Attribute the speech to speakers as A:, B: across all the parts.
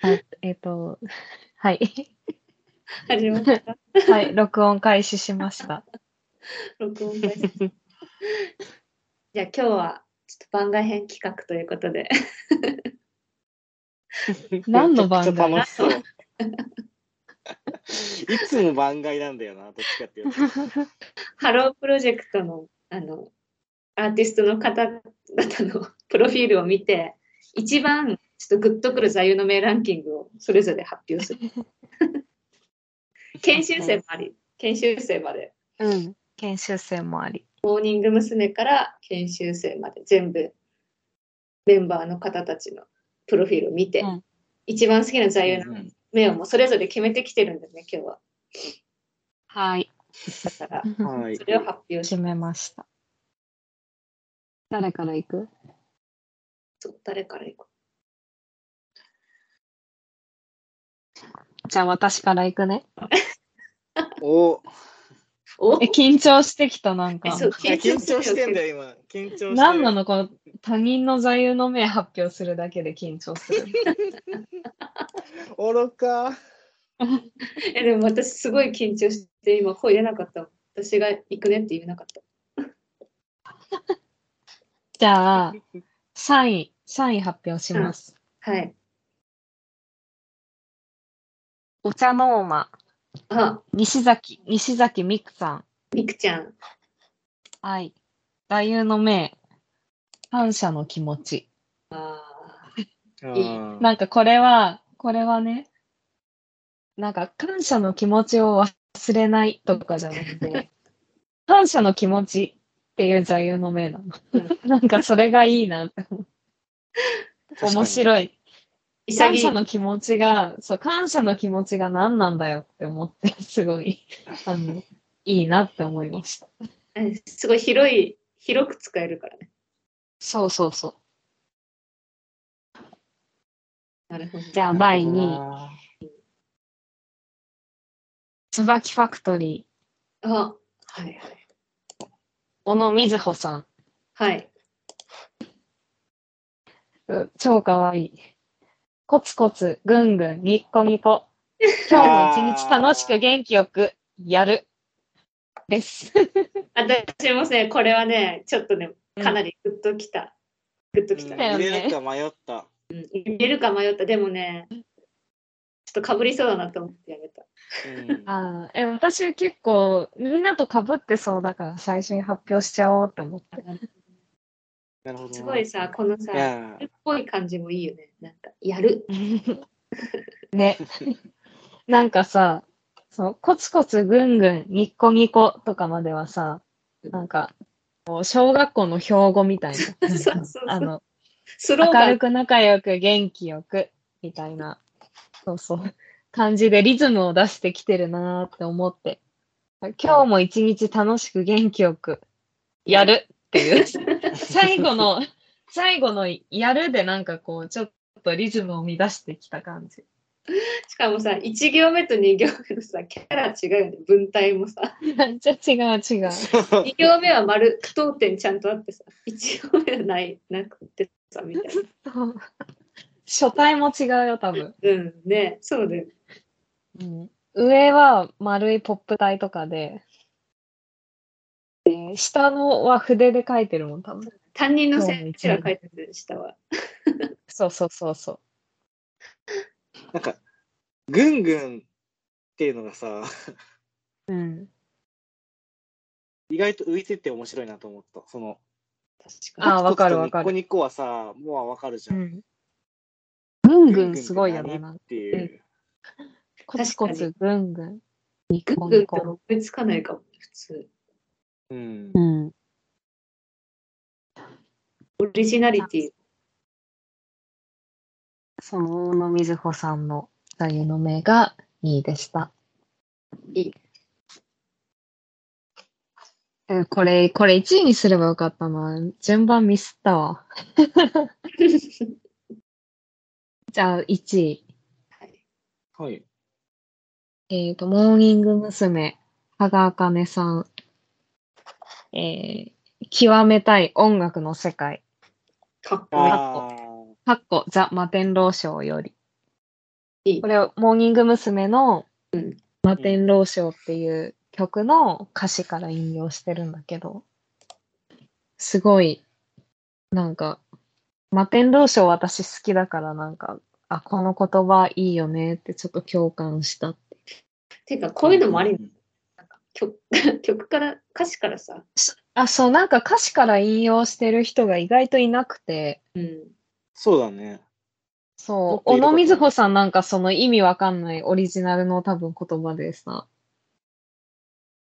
A: はい、えっ、と、 はい。
B: 始まった。
A: はい、録音開始しま した。
B: 録音 です。じゃあ今日はちょっと番外編企画ということで、
A: 何の番外
C: めちゃくちゃ楽しそう。いつも番外なんだよな、どっちかっていうと。
B: ハロープロジェクトのあのアーティストの方々のプロフィールを見て、一番ちょっとグッとくる座右の銘ランキングをそれぞれ発表する。研修生もあり、研修生まで、
A: うん。研修生もあり。
B: モーニング娘。から研修生まで全部メンバーの方たちのプロフィールを見て、
A: うん
B: 一番好きな座右の銘
C: うん
B: 目をもうそれぞれ決めてきてるんだよね、今日は。
D: はい。
B: だから、
C: はい
B: そ。れを発表し
A: 決めました。
D: 誰から行く
B: そう誰から行こ
D: じゃあ私から行くね。
C: お
B: う。お
A: え、緊張してきた、なん
B: え
A: か。
B: そう
C: いや緊張してん
B: よ。
C: だよ、今。緊張してる。
A: 何なのこの他人の座右の銘発表するだけで緊張する。
C: 愚か。
B: え、でも私すごい緊張して、今声出なかったもん。私が行くねって言えなかった。
A: じゃあ、3位、3位発表します。
B: はい。
D: お茶ノーマ、
B: あ、
A: 西崎、西崎美久さん。
B: みくちゃん。
A: はい。座右の銘。感謝の気持ち。
B: あ
C: うん
A: なんかこれは、これはね、なんか感謝の気持ちを忘れないとかじゃなくて、 感謝の気持ちっていう座右の銘なの
B: う。
A: なんかそれがいいなって思う。面
C: い。
A: 白い。
B: ー
A: 感
B: 潔い
A: 謝。の気持ちが、そう、感謝の気持ちが何なんだよって思って、 すごい、あの、いいなって思いました。
B: えすごい広い、広く使えるからね。
A: そうそうそう。
B: なるほど。
D: じゃあ第2位、
C: あ
A: 椿ファクトリー、
B: あ、はいはい。
A: 小野瑞穂さん。
B: はい。
A: う超かわいい。コツコツ、ぐんぐん、ニッコニコ。今日も一日楽しく元気よく、やる。です。
B: 私もね、これはね、ちょっとね、
A: うん
B: かなりグッときた。グッと
C: ー
B: き
C: う
B: た。
C: ん
A: だよね
C: 入れるか迷った。
B: 入れるか迷った。でもね、ちょっとかぶりそうだなと思ってやめた。
C: うん
A: あーえ私結構、みんなと被ってそうだから最初に発表しちゃおうって思った。
C: なるほどな。
B: すごいさ、このさ、
C: いや
B: っぽい感じもいいよね。なんか、やる。
A: ね。なんかさ、そのコツコツ、ぐんぐん、ニッコニコとかまではさ、なんか、もう小学校の標語みたいな。
B: そうそうそう
A: あの、
B: スロー
A: 明
B: ガ
A: る
B: ン。
A: く仲良く元気よくみたいな、そうそう、感じでリズムを出してきてるなーって思って、今日も一日楽しく元気よくやるって いう、最後の、最後のやるでなんかこう、ちょっとリズムを乱してきた感 じ。
B: しかもさ、1行目と2行目のさ、キャラ違うよね。文体もさ。
A: なんちゃ違う違う。
B: 2行目は丸、句読点ちゃんとあってさ、1行目はない、なくてさ、みたいな。
A: 書体も違うよ、多分。
B: うん、ねそうだよ。
A: 上は丸いポップ体とかで、で下のは筆で書いてるもん、多分。
B: 担任の先生が書いてる下は。
A: そうそうそうそう。
C: なんか、ぐんぐんっていうのがさ、
A: うん、
C: 意外と浮いてて面白いなと思った。その、
B: 確
A: あ
B: か
A: ーわかるわかる
C: ニコニコはさ、もうわかるじゃん。
A: ぐん
C: ぐ
A: ぐ
C: ん
A: んすごいよね。
C: 何
A: な
C: っ
A: んか
C: ていう。
A: コツコツぐんぐん。ニ
B: に。
A: コ
B: グ
A: ニ
B: グって
A: コ。
B: 思いつかないかも、普通。
C: うん。
D: うん、
B: オリジナリティ。
A: その大野瑞穂さんの座右の銘が2位でした。えこれ、これ1位にすればよかったな。順番ミスった わ。じゃあ1位。
B: はい
C: はい。
A: えっ、と、モーニング娘。羽賀茜さん。えー、極めたい音楽の世界。
B: かっこいい。
C: ああ。
A: かっこザ・摩天楼賞より。
B: いい
A: こ。れ、モーニング娘。の
B: うん、
A: 摩天楼章っていう曲の歌詞から引用してるんだけど、すごい、なんか、摩天楼章私好きだから、なんか、あ、この言葉いいよねってちょっと共感した。
B: てか、こういうのもあり、なんか曲 曲から、歌詞からさ、
A: あ、そう、なんか歌詞から引用してる人が意外といなくて、
B: うん、
C: そうだね。も
A: そ
C: っ
A: う、
C: とい
A: 小
C: るか
A: 野
C: と
A: 瑞穂さんなんかその意味わかんないオリジナルの多分言葉でさ、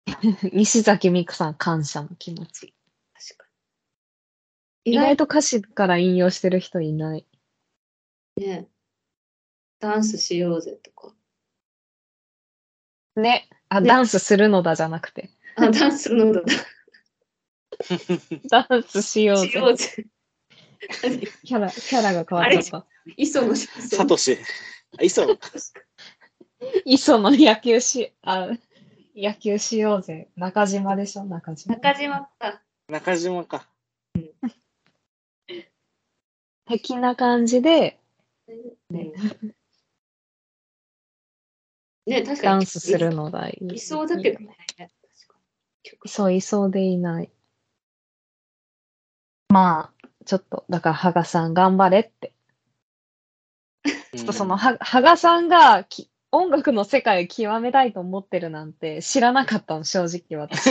A: 西崎美久さん感謝の気持ち。
B: 確かに。
A: 意
B: 意
A: 外
B: 外と
A: と歌詞から引用してる人いない。
B: ダンスしようぜとか。
A: ね。あ、
B: ね
A: ダンスするのだじゃなくて。
B: あ、ダンスするのだ。
A: ダンスしよう
B: しよ
A: ぜ。
B: うぜ。
A: キャラ、キャラが変わっちゃった。
B: 磯野先生
C: サトシ。あ、いそう。
A: 磯野野球し、あ、野球しようぜ。中島でしょ中島。
B: 中島か。
C: 中島か。
A: 的な感じで、
B: ねね、確かに。
A: ダンスするのだ。い
B: いそうだけどね。確かに曲
A: そう、いそうでいない。まあ、ちょっと、だから、羽賀さん頑張れって。ち
C: ち
A: ょっとその、は羽賀さんがき音楽の世界を極めたいと思ってるなんて知らなかったの、正直 私。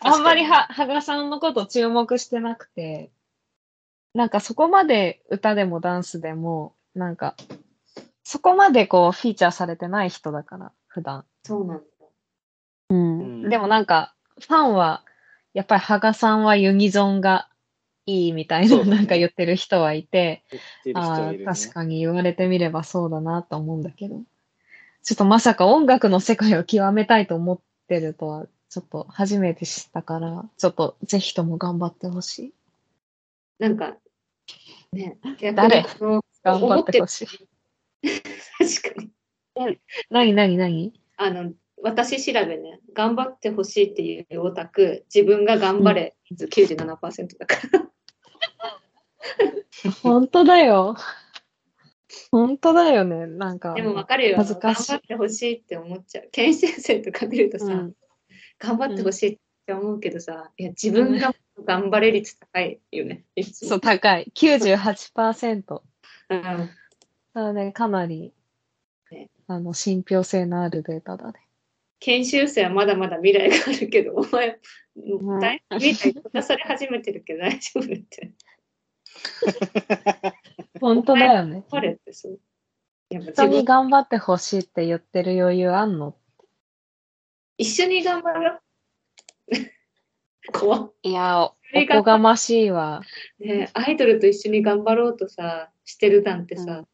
A: あんまりは羽賀さんのこと注目してなくて、なんかそこまで歌でもダンスでも、なんか、そこまでこう、フィーチャーされてない人だから、普段。
B: そうなんだ。
C: うん
A: でもなんか、ファンは、やっぱり羽賀さんはユニゾンがいいみたい
C: そう
A: な、
C: だね
A: なんか言ってる人はいて、
C: 言ってる人
A: あ
C: は
A: あ
C: いる、ね。
A: ー、確かに言われてみればそうだなと思うんだけど、ちょっとまさか音楽の世界を極めたいと思ってるとは、ちょっと初めて知ったから、ちょっとぜひとも頑張ってほしい。
B: なんか、ね、逆
A: 誰
B: にこの
A: 頑張ってほしい。
B: 確かに。
A: 何何何
B: あの、私調べね、頑張ってほしいっていうオタク、自分が頑張れ、率97%だから。
A: 本当だよ。本当だよね。なんか
B: で、もわかるよ。
A: 恥ずかしい
B: 頑張ってほしいって思っちゃう。研修生とか見るとさ、
A: うん
B: 頑張ってほしいって思うけどさ、いや、自分が頑張れ率高いよね。いつも
A: そう、高い。98%。
B: うん
A: なので、かなり
B: ね、
A: あの、信憑性のあるデータだね。
B: 研修生はまだまだ未来があるけど、お 前、
A: ん
B: 大未来こなされ始めてるけど大丈夫って。
A: 本当だよね。
B: 頑張れってそう。やっぱ
A: 人
B: 自
A: に
B: 分、
A: 頑張ってほしいって言ってる余裕あんの
B: 一緒に頑張ろう。 怖っ
D: いや、お
A: おこがましいわ。
B: ねアイドルと一緒に頑張ろうとさ、してるなんてさ、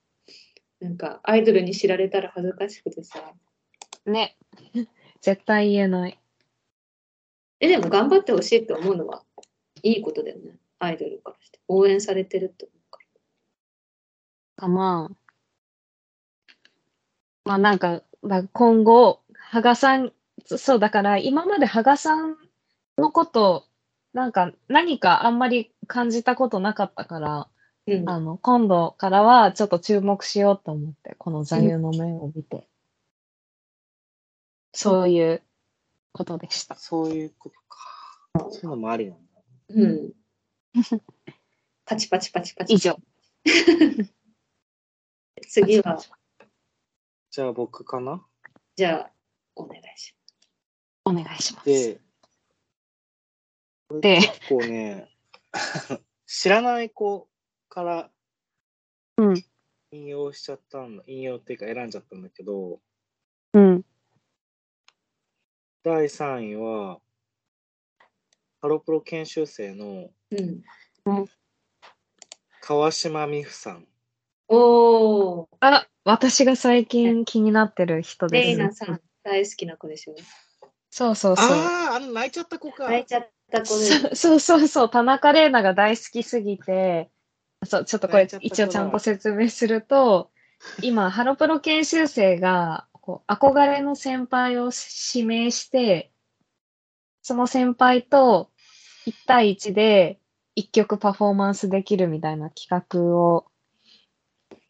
B: なんかアイドルに知られたら恥ずかしくてさ、
D: ね、
A: 絶対言えない。
B: え、でも頑張ってほしいと思うのはいいことだよね。アイドルからして。応援されてるって思うか
D: かまん。
A: まあなんか、だ今後、羽賀さん、そそうだから今まで羽賀さんのこと、なんか何かあんまり感じたことなかったから、
B: ら。うん。
A: あの、今度からはちょっと注目しようと思って、この座右の面を見て。そういうことでした。
C: そういうことか。そういうのもありなんだ。
B: うん。パチパチパチパチ。
D: 以上。
B: 次は、
C: じゃあ僕かな
B: じゃあ、お願いし
D: お願いします。
C: で、
D: で、
C: 結構ね、 知らない子から
D: うん
C: 引用しちゃったんだ、引用っていうか選んじゃったんだけど、
D: うん、
C: 第3位は、ハロプロ研修生の
B: ます。うん。
C: 川島美穂さん。
B: おー、
A: あ、私が最近気になってる人
B: レイ
A: で
B: ナ
A: す。
B: さん、大好きな子でしょ。
A: そうそうそう。
C: ああ、あの泣いちゃった子か。
B: 泣いちゃった子で。
A: そそうそうそう、田中玲奈が大好きすぎて、そう、ちょっとこ
C: 泣
A: れ
C: いちゃった
A: 一応ちゃんと説明すると、今、ハロプロ研修生が、こう、憧れの先輩を指名して、その先輩と1対1で1曲パフォーマンスできるみたいな企画を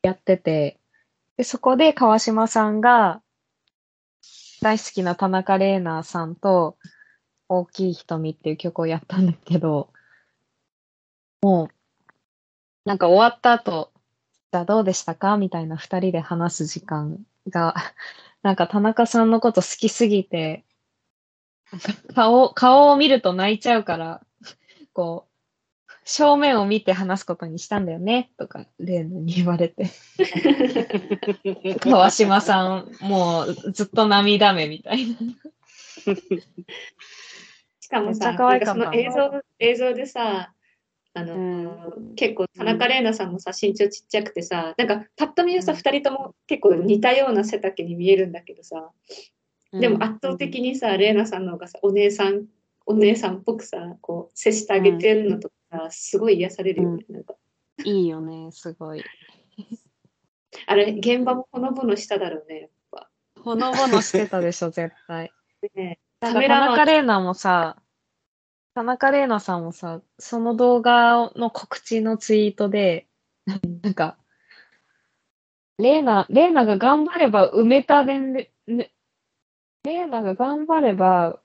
A: やってて、で、そこで川島さんが、大好きな田中玲奈さんと、大きい瞳っていう曲をやったんだけど、もう、なんか終わった後、じゃあどうでしたかみたいな二人で話す時間が、 なんか田中さんのこと好きすぎて、なんか顔、顔を見ると泣いちゃうから、こう、正面を見て話すことにしたんだよね、とか、レーナに言われ て。川島さん、もうずっと涙目みたいな。
B: しかも
A: めっちゃ
B: さ、
A: 可愛かった
B: なんかその映像映像でさ、あの、結構田中玲奈さんもさ、身長ちっちゃくてさ、なんかパッと見はさ、
A: うん
B: 2人とも結構似たような背丈に見えるんだけどさ、でも圧倒的にさ、玲奈さんの方がさ、お姉さん、お姉さんっぽくさ、こう、接してあげてるのとかさ、すごい癒されるよね。なんか
D: いいよね、すごい。
B: あれ、現場もほのぼのしただろうね、やっぱ。
A: ほのぼのしてたでしょ、絶対。
B: ね
A: な
B: カ
A: んか
B: メ
A: 田
B: ラマ
A: 中
B: ン、
A: 玲奈もさ、田中玲奈さんもさ、その動画の告知のツイートで、なんか、玲奈、玲奈が頑張れば埋めたでんで、ね、玲奈が頑張れば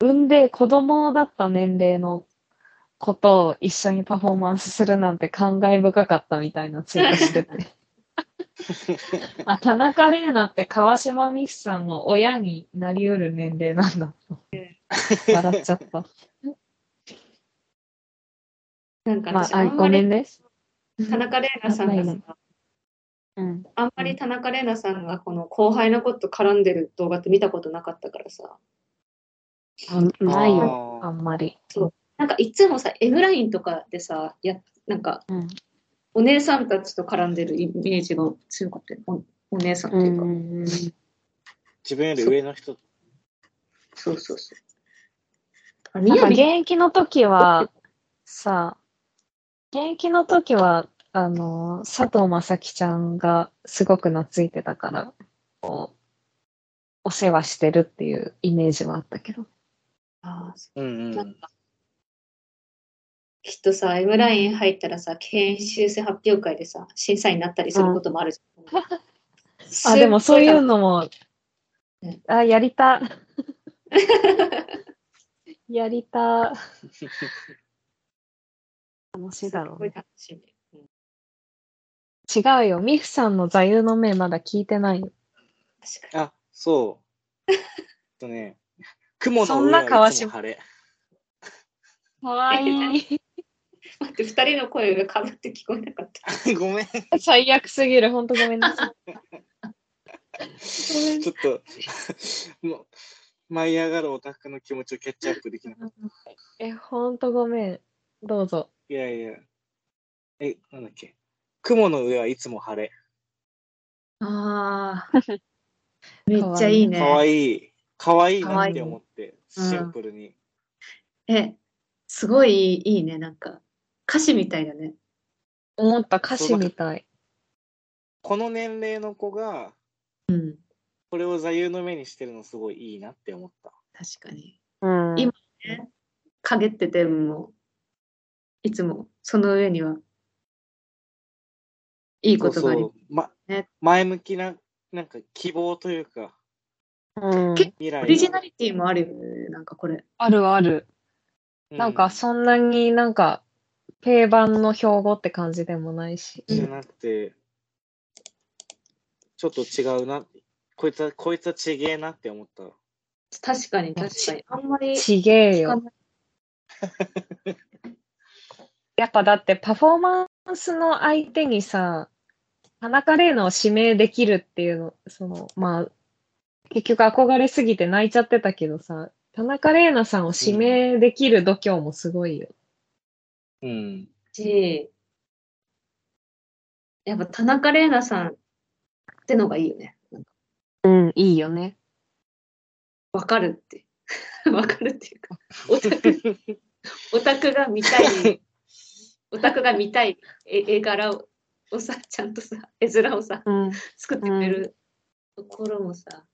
A: 産んで子供だった年齢のことを一緒にパフォーマンスするなんて感慨深かったみたいなツイートしてて。あ、田中玲奈って川島美樹さんの親になりうる年齢なんだ。笑っちゃった。
B: なんか
A: まあ
B: 私、、
A: あ
B: あんま
A: ごめん
B: り
A: ね。
B: 田中玲奈さんが
A: う
B: さ
A: ん、
D: うん。
B: あんまり田中玲奈さんがこの後輩のこと絡んでる動画って見たことなかったからさ、
D: あないよ。
C: よ
A: あんまり。
B: なんかいつもさ、M ラインとかでさ、やなんか
D: うん。
B: お姉さんたちと絡んでるイメージが強かったよ。おお姉さんというか、
D: うん。
C: 自分より上の人。
B: そうそうそう。
A: な
B: あ、
A: ん
B: み
A: か
B: や
A: 現
B: び、
A: 役の時は、さ、現役の時は、あの、佐藤正樹ちゃんがすごく懐いてたから、こう、お世話してるっていうイメージはあったけど。
B: あー
C: うんう
B: なん
C: ん。
B: かきっとさ、M ライン入ったらさ、研修生発表会でさ、審査員になったりすることもあるじゃん。すっ
A: あ、
B: ご
A: でもそういう
B: 楽
A: のも
B: うん、
A: あ、やり た。やりた。楽しいだろう
B: すっごい
A: ね。
B: 楽しみ。うん
A: 違うよ。ミフさんの座右の銘まだ聞いてないよ。
B: 確かに。
C: あ、そう。えっとね、雲
A: そ
C: の
A: ん
C: 上
A: な
C: は
A: 川
C: いつ
A: 島
C: も晴れ。
A: かわいい。
B: 待って、二人の声がかぶって聞こえなかった。
C: ごめん。
A: 最悪すぎる。ほんとごめんなさい。
C: ちょっと、 もう、舞い上がるオタクの気持ちをキャッチアップできなかっ
A: え、ほんとごめん。どうぞ。
C: た。いやいや。え、なんだっけ。雲の上はいつも晴れ。
B: ああ。
A: めっ
B: めっ
A: ち
B: ち
A: ゃ
B: ゃ
A: い
B: い
A: い
B: い
A: ね
B: ね。
C: かわいい。かわいいなっ
A: 可愛い
C: て思って、
B: うん
C: シンプルに。
B: え、すごいいいね。なんか、歌詞みたいだね。
A: 思った歌詞みたい。
C: この年齢の子が、
B: うん。
C: これを座右の目にしてるのすごいいいなって思った。
B: 確かに。
D: うん。
B: 今陰ってても、いつもその上には、いい
C: そ
B: こ
C: う
B: とがあり
C: そう。ま
B: ね、
C: 前向きな、なんか希望というか、
D: うん
B: 結
C: 未来
B: オ
C: を
B: リジナリティもあるよね。なんかこれ。
A: あるある。
C: う
A: なんかそんなになんか定番の標語って感じでもないし。
C: じゃなくて、ちょっと違うな。こいつは、こいつはちげえなって思った。
B: 確かに、確かに。あんまり
A: ちげえ
B: 聞か
A: よ。
B: ない。
A: やっぱだってパフォーマンスの相手にさ、田中玲奈を指名できるっていうの、その、まあ、結局憧れすぎて泣いちゃってたけどさ、田中玲奈さんを指名できる度胸もすごいよ。
C: うん。
B: し、やっぱ田中玲奈さんってのがいいよね。 なんか
D: うん、いいよね。
B: わかるって。わかるっていうか、オタク、オタクが見たい、オタクが見たい絵絵柄ををさ、ちゃんとさ、絵面をさ、
D: うん。
B: 作ってくれるところもさ、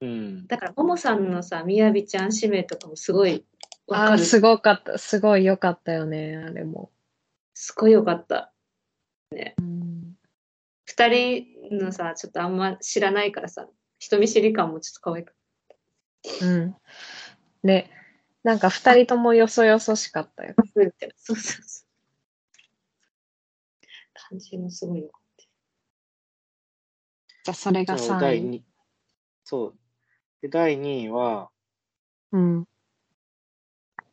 C: うん。
B: だから、ももさんのさ、みやびちゃん使命とかもすごいわ
A: あ
B: か
A: あ、
B: る。
A: すごかった。すごい良かったよね、あれも。
B: すごいよかった。
A: うん
B: 二二人のさ、ちょっとあんま知らないからさ、人見知り感もちょっと可愛く。
A: うん。で、なんか二人ともよそよそしかったよ。
B: そうそうそう。感じもすごいよ。
D: じゃあそれが
C: そう
D: 3
C: 第
D: 位。
C: 二そう。で、第2位は、
D: うん。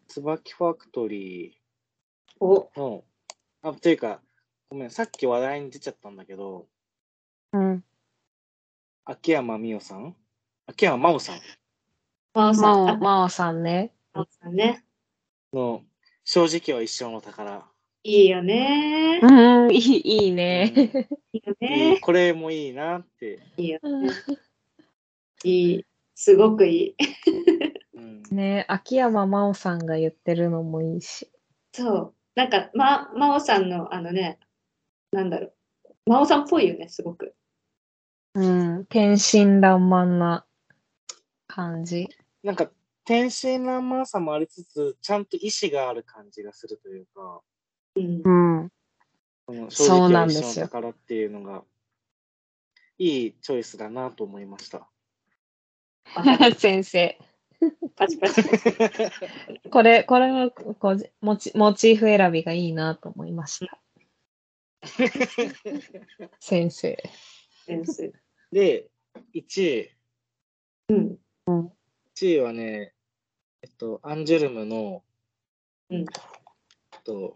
C: 椿ファクトリ
B: お、
C: ーの、あ、というか、ごめん、さっき話題に出ちゃったんだけど、
D: うん。
C: 秋山美代さん秋山真央さん
B: まおさ
D: ま
B: ん、
D: お、
B: あ、
D: まおさんね。
B: まおさんね。
C: の、正直は一生の宝。
B: いいよね
D: う。ん、いい、いい
C: うん
D: ね。
B: いいよ
C: いい
B: ね。
C: これもいいなって。
B: いい。すごくいい。
C: うん、
A: ね秋山真央さんが言ってるのもいいし。
B: そう。なんか、ま、まおさんの、あのね、なんだろう。まおさんっぽいよね、すごく。
D: うん。
A: 天真爛漫な感じ。
C: なんか、天真爛漫さもありつつ、ちゃんと意志がある感じがするというか、
B: うん
D: う。ん。
C: この正
D: そう
C: 直
D: な
C: は
D: んで
C: 一
D: す
C: 生の
D: よ
C: 宝っていうのが、いいチョイスだなと思い ました。
D: 先生。
B: パチパチ。
A: これ、これはこうモチモチーフ選びがいいなと思いました。先生。
C: で、1位。
B: うん。
C: 1位はね、えっと、アンジュルムの、
B: うん
C: えっと、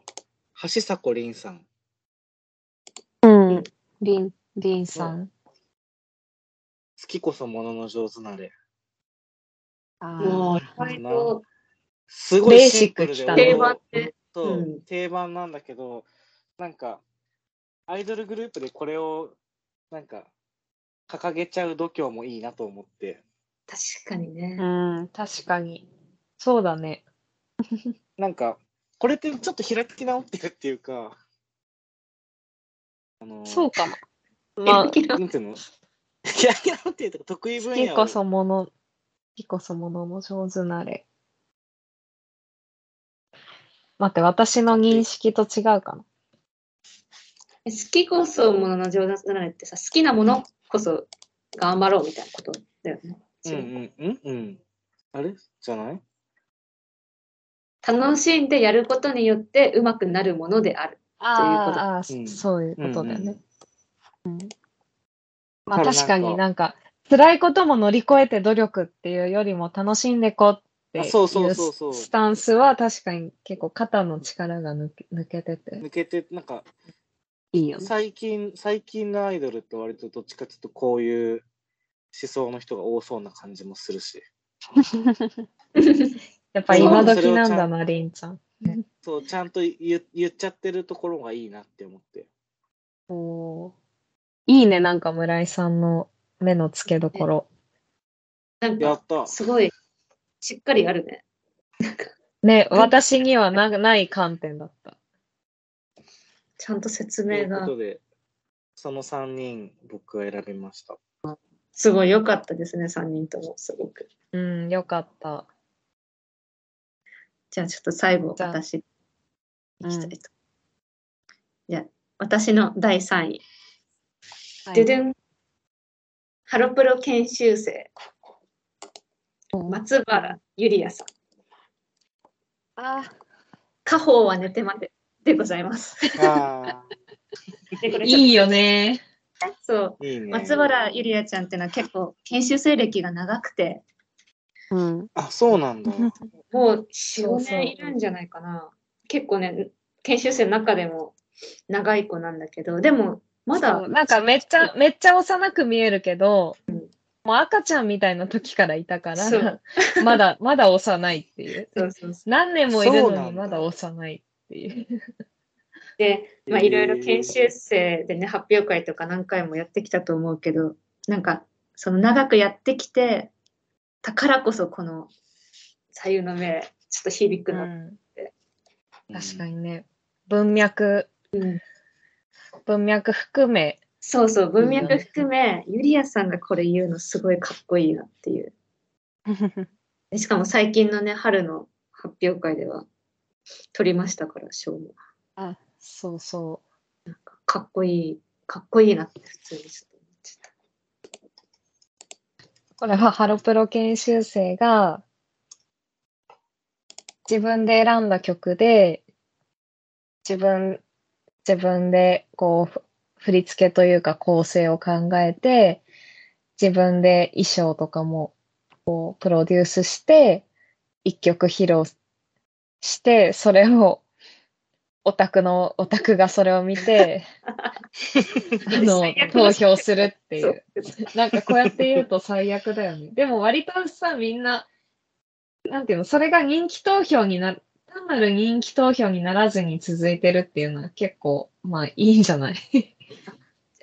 C: 橋迫凛さん。
D: うん。りん、りんさん。
C: 好きこそものの上手なれ。
D: あ
B: もう、意
D: ー
B: 外と、
C: すごいシンプル
A: ベーシ
C: で
A: ック来た
B: 定番で。
C: そう、
B: うん
C: 定番なんだけど、なんか、アイドルグループでこれを、なんか、掲げちゃう度胸もいいなと思って、
B: 確かにね。
D: うん。
A: 確かに。そうだね。
C: なんか、これってちょっと開き直ってるっていう か、あの
A: そうかも。まあ、好
C: なんていうの開き直ってるとか、得意分
A: き
C: 野
A: こ
C: を
A: そもの、好きこそものの上手なれ。待って、私の認識と違うかな。
B: 好きこそものの上達なれってさ、好きなものこそ頑張ろうみたいなことだよね。
C: うんうんうんうん。あれじゃない
B: 楽しんでやることによってうまくなるものである。
A: ああ
C: ということ
A: ー、そういうことだよね。
C: うんうん
A: まあ
C: ただ
A: 確か
C: なん
A: に
C: か
A: なんか、辛いことも乗り越えて努力っていうよりも楽しんでこうってい
C: あそうそうそうそう
A: うスタンスは確かに結構肩の力が抜け抜けてて。
C: 抜けて、なんか、
D: いいよね。
C: 最近、最近のアイドルって割とどっちかちょっとこういう思想の人が多そうな感じもするし。
A: やっぱ
B: そう
A: 今時なんだな、りんちゃん。
C: そう、ちゃんと言言っちゃってるところがいいなって思って。
A: おいいね、なんか村井さんの目の付けどころ。
B: なんか、
C: やった
B: すごい、しっかりあるね。
A: ね、私にはなない観点だった。
B: ちゃんと説
C: とい
B: 明
C: うこ
B: が
C: と。で、その3人僕が選び ました。
B: すごい良かったですね、3人とも。すごく。
A: うん、よかった。
B: じゃあちょっと最後、
A: じゃあ
B: 私、い
D: うん
B: きたいと。じゃあ、私の第3位。
D: はい
B: ででん。ハロプロ研修生、松原ゆりやさん。
D: あ
B: 家宝は寝てまででござい ます。
C: あ
B: でこれちょ
D: ー
B: っと
D: いいよね。
B: そう
C: あ、いいね。
B: 松原ゆりやちゃんっていうのは結構研修生歴が長くて
D: うん。
C: あ、そうなんだ。
B: もう45
A: そうそう
B: 年いるんじゃないかな結構ね研修生の中でも長い子なんだけどでもま
A: そう
B: だ
A: なんかめっちゃ、めっちゃ幼く見えるけど、もう赤ちゃんみたいな時からいたか
B: そ
A: ら
B: う、
A: まだ、まだ幼いっていう。
B: そうそうそう
A: 何年もいる
C: そう
A: の
C: な
A: に
C: んだ
A: まだ幼いっていう。
B: で、まあ、
C: へー
B: いろいろ研修生でね発表会とか何回もやってきたと思うけどなんかその長くやってきてだからこそこの左右の目ちょっと響く
A: う
B: の、
A: ん確か
C: に。
A: にね。文脈、
B: うん
A: 文脈含め、
B: そうそう文脈含め、ゆりやさんがこれ言うのすごいかっこいいなっていうでしかも最近のね、春の発表会では取りましたから、賞も。
A: あ、そうそ
B: かっこいい、かっこいいなって普通にちょっと思っちゃっ
A: これはハロプロ研修生が自分で選んだ曲で自分自分でこうふ振り付けというか構成を考えて自分で衣装とかもこうプロデュースして一曲披露してそれをオタクのオタクがそれを見 てあの
B: 最悪
A: 投
B: の
A: 票するって
B: た。
A: い
B: そうう。
A: なんかこうやって言うと最悪だよ ね。でも割とさ、みんな、なんていうの、それが人気投票にな、単なる人気投票にならずに続いてるっていうのは結構、まあいいんじゃない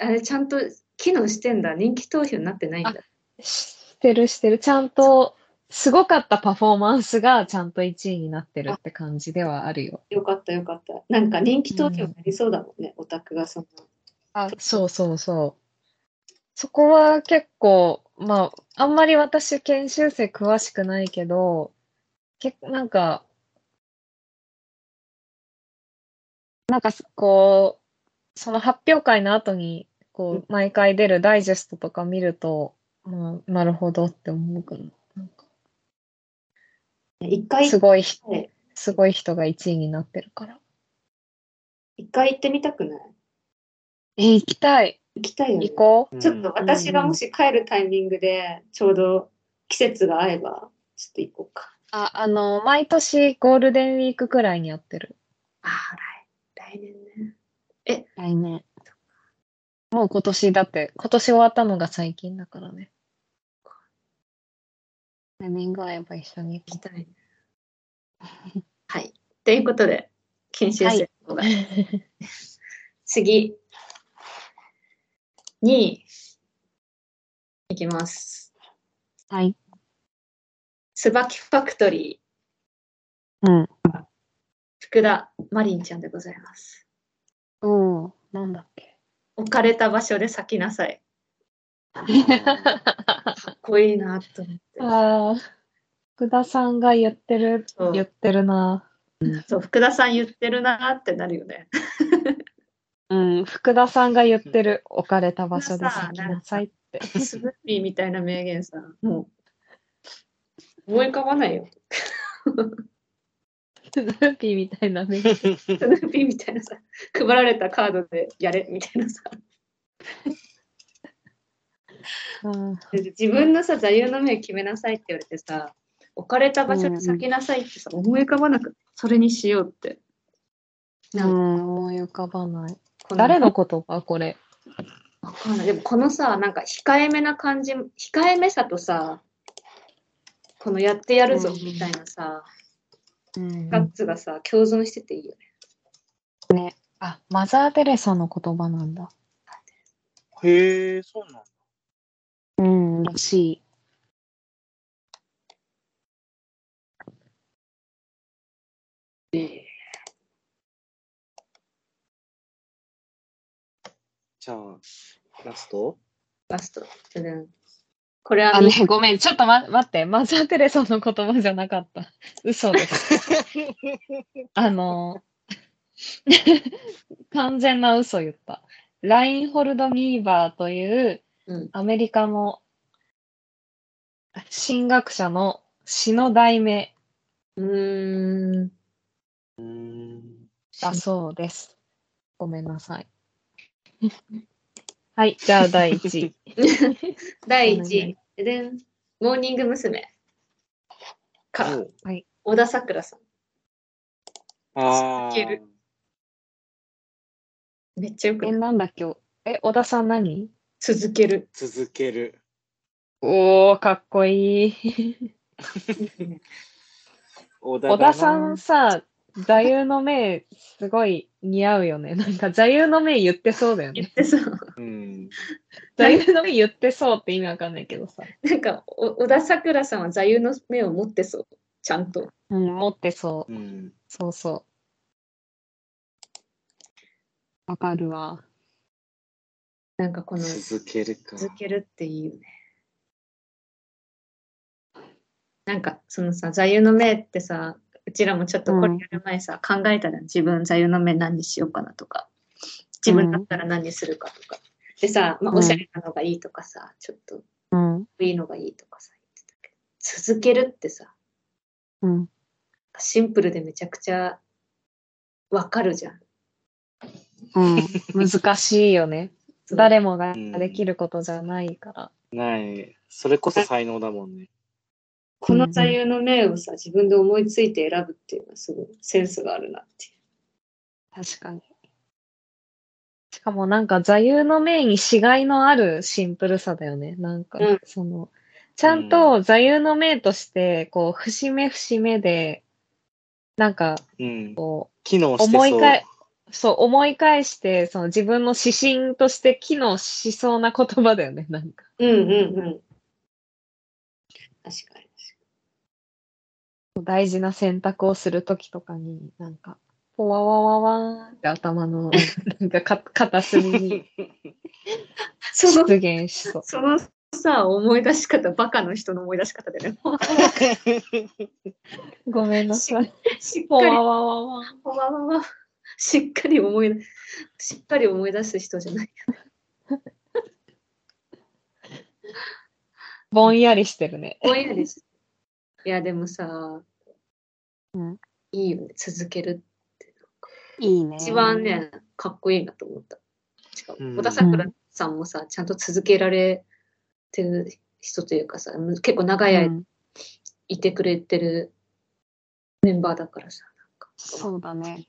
B: あれちゃんと機能してんだ。人気投票になってないんだ。
A: してるしてる。ちゃんと、すごかったパフォーマンスがちゃんと1位になってるって感じではあるよ。
B: よかったよかった。なんか人気投票になりそうだもんね、オタクがそんな。
A: あ、そうそうそう。そこは結構、まあ、あんまり私研修生詳しくないけど、結構なんか、なんかすこう、その発表会の後に、こう、毎回出るダイジェストとか見ると、まあ、なるほどって思うかな。なんか
B: 一回
A: すごいひ、
B: はい
A: すごい人が1位になってるから。
B: 一回行ってみたくない
A: え、行きたい。
B: 行きたいよね
A: 行。こう。
B: ちょっと私がもし帰るタイミングで、ちょうど季節が合えば、ちょっと行こうか。
A: あ、あの、毎年ゴールデンウィークくらいにやってる。
B: ああ、来来年ね。
D: 来年。
A: もう今年だって、今年終わったのが最近だからね。タイミング合えば一緒に行
B: 行
A: き
B: き
A: た
B: たいね。はい。ということで、研修生の方が、
A: い。
B: 次に行きます。
D: はい。
B: 椿ファクトリー、
D: うん。
B: 福田マリンちゃんでございます。
D: うん。なんだっけ。
B: 置かれた場所で咲きなさい。かっこいいなと思って。
A: ああ、福田さんが言ってる
B: そう、
A: 言ってるな。
B: そう、福田さん言ってるなってなるよね。
D: うん。
A: 福田さんが言ってる、置かれた場所で咲きなさいって。
B: スヌーピーみたいな名言さ、もう、思い浮かばな いよ。
A: ルーピーみたいなね。
B: スヌーピーみたいなさ、配られたカードでやれみたいなさ。
A: うん
B: で自分のさ、座右の銘決めなさいって言われてさ、置かれた場所に咲きなさいってさ、思い浮かばなくて、それにしようって。
A: う
B: なんか
A: ん、思い浮かばない。
B: こ
A: 誰の言葉これ。
B: わかんない。でもこのさ、なんか控えめな感じ、控えめさとさ、このやってやるぞみたいなさ、
A: うん
B: ガッツがさ、共存してていいよね。
A: あ、マザー・テレサの言葉なんだ。
C: へえ、そうなんだ。
D: うん。らしい。
C: じゃあ、ラスト
B: ラスト。じゃじゃんこれは
A: あ、
B: み
A: ね、ごめん、ちょっと、ま、待って、マザー・テレサの言葉じゃなかった。嘘です。 あの、 完全な嘘言った。ラインホルド・ミーバーという
B: うん
A: アメリカの神学者の詩の題名
B: うーん。
C: うーん。
A: だそうです。ごめんなさい。 はい、じゃあ第1位。
B: 第
A: お願い
B: 1位、ででんモーニング娘。か、
C: おう
B: 小田さくらさ
C: ああ。
B: 続けるん。めっちゃよ く
A: え、
B: ない
A: なんだっけえ、小田さん何
B: 続ける。
C: 続ける。
A: おー、かっこいい。
C: 小
A: 小田さん
C: だ
A: さ、座右の銘、すごい似合うよね。 なんか座右の銘言ってそうだよ
B: 言 っ
A: ね。
B: てさ、
C: な。うん。
A: 座右の銘言ってそうって意味わかんないけどさ。
B: なんか、お小田さくらさんは座右の目を持ってそう。ちゃんと。
A: うん、持ってそう
C: う。ん。
A: そうそ
D: わかるわ。
B: なんかこの、
C: 続けるか。
B: 続けるっていいよね。なんかそのさ座右の銘ってさうちらもちょっとこれやる前さ、考えたら自分座右の銘何にしようかなとか自分だったら何にするかとか。でさ、まあ、
D: うん
B: おしゃれなのがいいとかさ、ちょっと
D: うん。
B: いいのがいいとかさ、言ってたけど、続けるってさ、
D: うん。
B: シンプルでめちゃくちゃわかるじゃん。
D: うん。
A: 難しいよね。
B: そう
A: 誰もができることじゃないから。
C: ない。それこそ才能だもんね。
B: この座右の銘をさ、自分で思いついて選ぶっていうのはすごいセンスがあるなっていう。
A: 確かに。しかもなんか座右の銘に違いのあるシンプルさだよね。なんか
B: うん、
A: その、ちゃんと座右の銘として、こう、節目節目で、なんか、
C: うん。
A: こ
C: 機能
A: う、
C: してそう。
A: 思い返、そう、思い返して、その自分の指針として機能しそうな言葉だよね、なんか。
B: うんうんうん。確かに。
A: 大事な選択をするときとかに、なんか、ポワワワワーンって頭 の、なんかか、片隅に
B: その
A: 出現しそう。
B: そのさ、思い出し方、バカの人の思い出し方でね、 もう
A: ごめんなさい。
B: しっ
A: ポ
B: かり
A: ワ、ワワワーン。
B: ほわわわしっかり思い出、しっかり思い出す人じゃない。
A: ぼんやりしてるね。
B: ぼんやりしいや、でもさ、
D: うん
B: いいよね、続ける。
D: いいね。
B: 一番。ね、かっこいいなと思った。しか
C: うん
B: も、小田桜さんもさ、ちゃんと続けられてる人というかさ、結構長
D: う
B: い間
D: ん。
B: いてくれてるメンバーだからさ、
D: そうだね。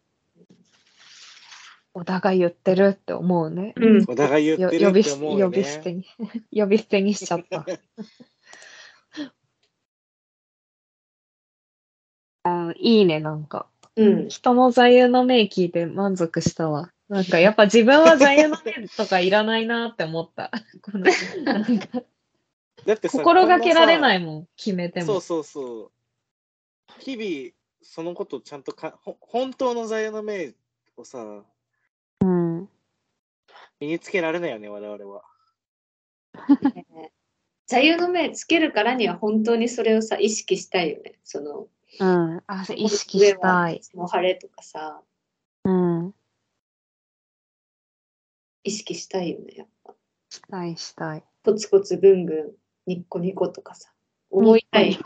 A: 小田が言ってるって思うね。
B: うん、
C: お互い言
A: よ
C: ってる
A: 呼び
C: って
A: 捨て、
C: 思うよ
A: 呼び捨て
C: ね。
A: に、 呼び捨てにしちゃ った。いいね、なんか。
B: うん、
A: 人の座右の銘聞いて満足したわ。なんかやっぱ自分は座右の銘とかいらないなって思った。この なんか
C: だってさ。
A: 心がけられないいもん、決めて
C: そ
A: も
C: う。そうそう。日々、そのことちゃんとか、ほ本当の座右の銘をさ、
D: うん。
C: 身につけられないよね、我々は。
B: 座右の銘つけるからには本当にそれをさ意識したいよね。その
D: うん。
A: あ、意識したい。。
B: も晴れとかさ
D: うん。
B: 意識したいよね。やっぱ
A: したい、したい。
B: コツコツぐんぐんニッコニコとかさ思いたい。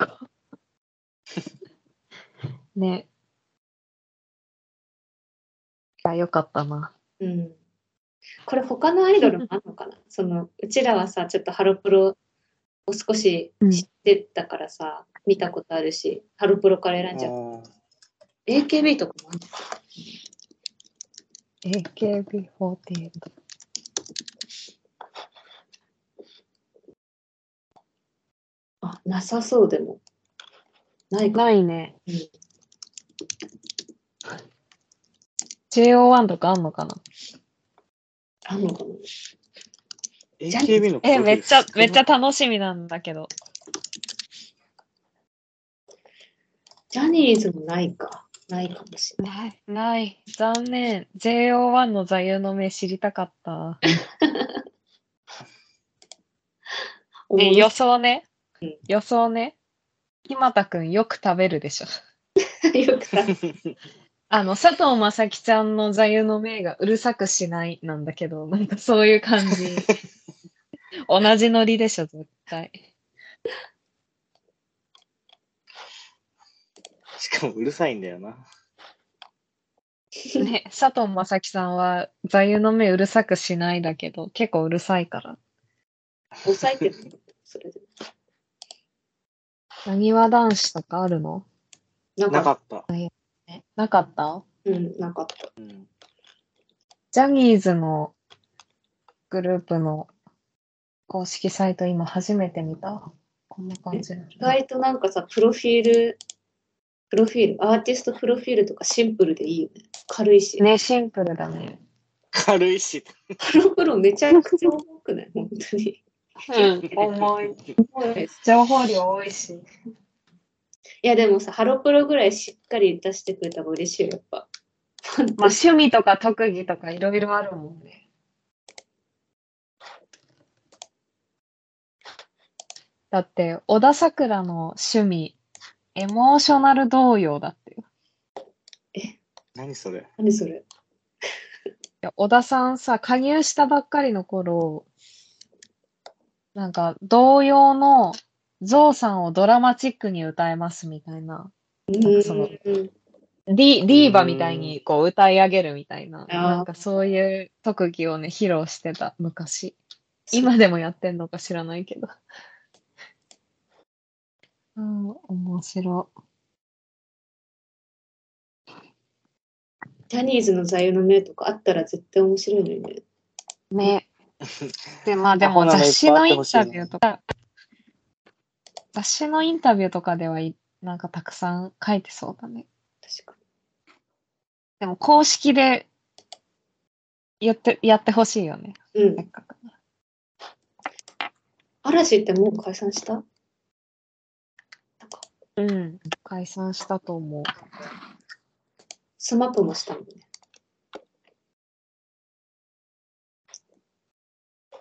A: ね。いや、よかったな。
B: うん。これ他のアイドルもあるのかな。 そのうちらはさちょっとハロプロを少し知ってたからさ、見たことあるしハロプロから選んじゃう。AKB とかもあるの
A: AKB48。
B: あなさそうでもないか。
D: ないね。
A: JO1 とかあんのかな
B: あんのかな。
C: AKB の
A: え、めっちゃ、めっちゃ
C: ゃ。
A: 楽しみなんだけど。
B: ジャニーズもないか。ないかもしれない。
A: ない、ない。残念。JO1 の座右の銘知りたかった。
B: おも
A: ね、
B: ろ
A: 予想ね
B: うん。
A: 予想ね。木俣くんよく食べるでしょ。
B: よくさ、
A: あの、佐藤正樹ちゃんの座右の銘がうるさくしないなんだけど、なんかそういう感 じ。同じノリでしょ、絶対。
C: しかもうるさいんだよな。
A: ね、佐藤正樹さんは座右の銘うるさくしないだけど、結構うるさいから。
B: 抑えてる。それで。
A: なにわ男子とかあるの
B: なん
C: な
B: か、
C: かった。
A: なかった
B: うん、なかった。
C: うん
A: ジャニーズのグループの公式サイト今初めて見た。こんな感じなん
B: 意
A: だ。
B: 外となんかさ、プロフィール、プロフィール、アーティストプロフィールとかシンプルでいいよね。軽いし。
A: ね、シンプルだね。
C: 軽いし。
B: ハロプロめちゃくちゃ多くない本当に。
D: うん。
A: 重い。
B: い
A: 情報量多いし。
B: や、でもさ、ハロプロぐらいしっかり出してくれた方が嬉しいよ、やっぱ。
A: まあ趣味とか特技とかいろいろあるもんね。だって、小田さくらの趣味、エモーショナル動揺だってよ。
C: 何それ
B: 何それ。
A: いや小田さんさ、加入したばっかりの頃、なんか同様のゾウさんをドラマチックに歌えますみたいな、なんかその
B: うん
A: ディディーバみたいにこう歌い上げるみたいな、
B: ー
A: なんかそういう特技をね、披露してた、昔。今でもやってんのか知らないけど。うん、面白い。
B: ジャニーズの座右の銘とかあったら絶対面白いのにね。
D: ね。
A: で、まあで
C: こ
A: も
C: んなのいっ
A: 雑誌の
C: ぱい
A: イ
C: あって
A: ン
C: ほしいね
A: タビューとか、雑誌のインタビューとかではい、なんかたくさん書いてそうだね。
B: 確か
A: でも公式でやって、やってほしいよね。
B: に。う
A: せ
B: ん
A: っ。かく。
B: 嵐ってもう解散した
A: うん。解散したと思う。
B: スマップもしたもんね。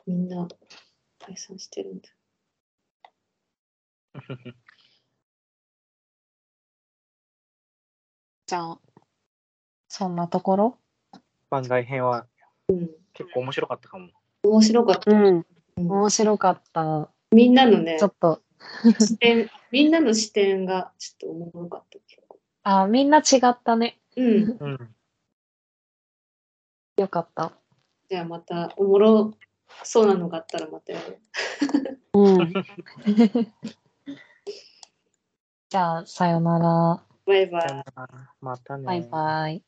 B: みんな解散してるんだ。
A: じゃあ、そんなところ
C: 番外編は
B: うん。
C: 結構面白かったかも。
B: 面白かった。
D: うん。
A: 面白かった。
B: みんなのね
A: ちょ、っと、
B: 視点、みんなの視点がちょっとおもろかった。結構
A: あ、みんな違ったね。
B: うん。
C: うん。
A: よかった。
B: じゃあまた、おもろそうなのがあったらまたやる。
D: うん。
A: じゃあ、さよなら。
B: バイバイ。
C: またね。
A: バイバイ。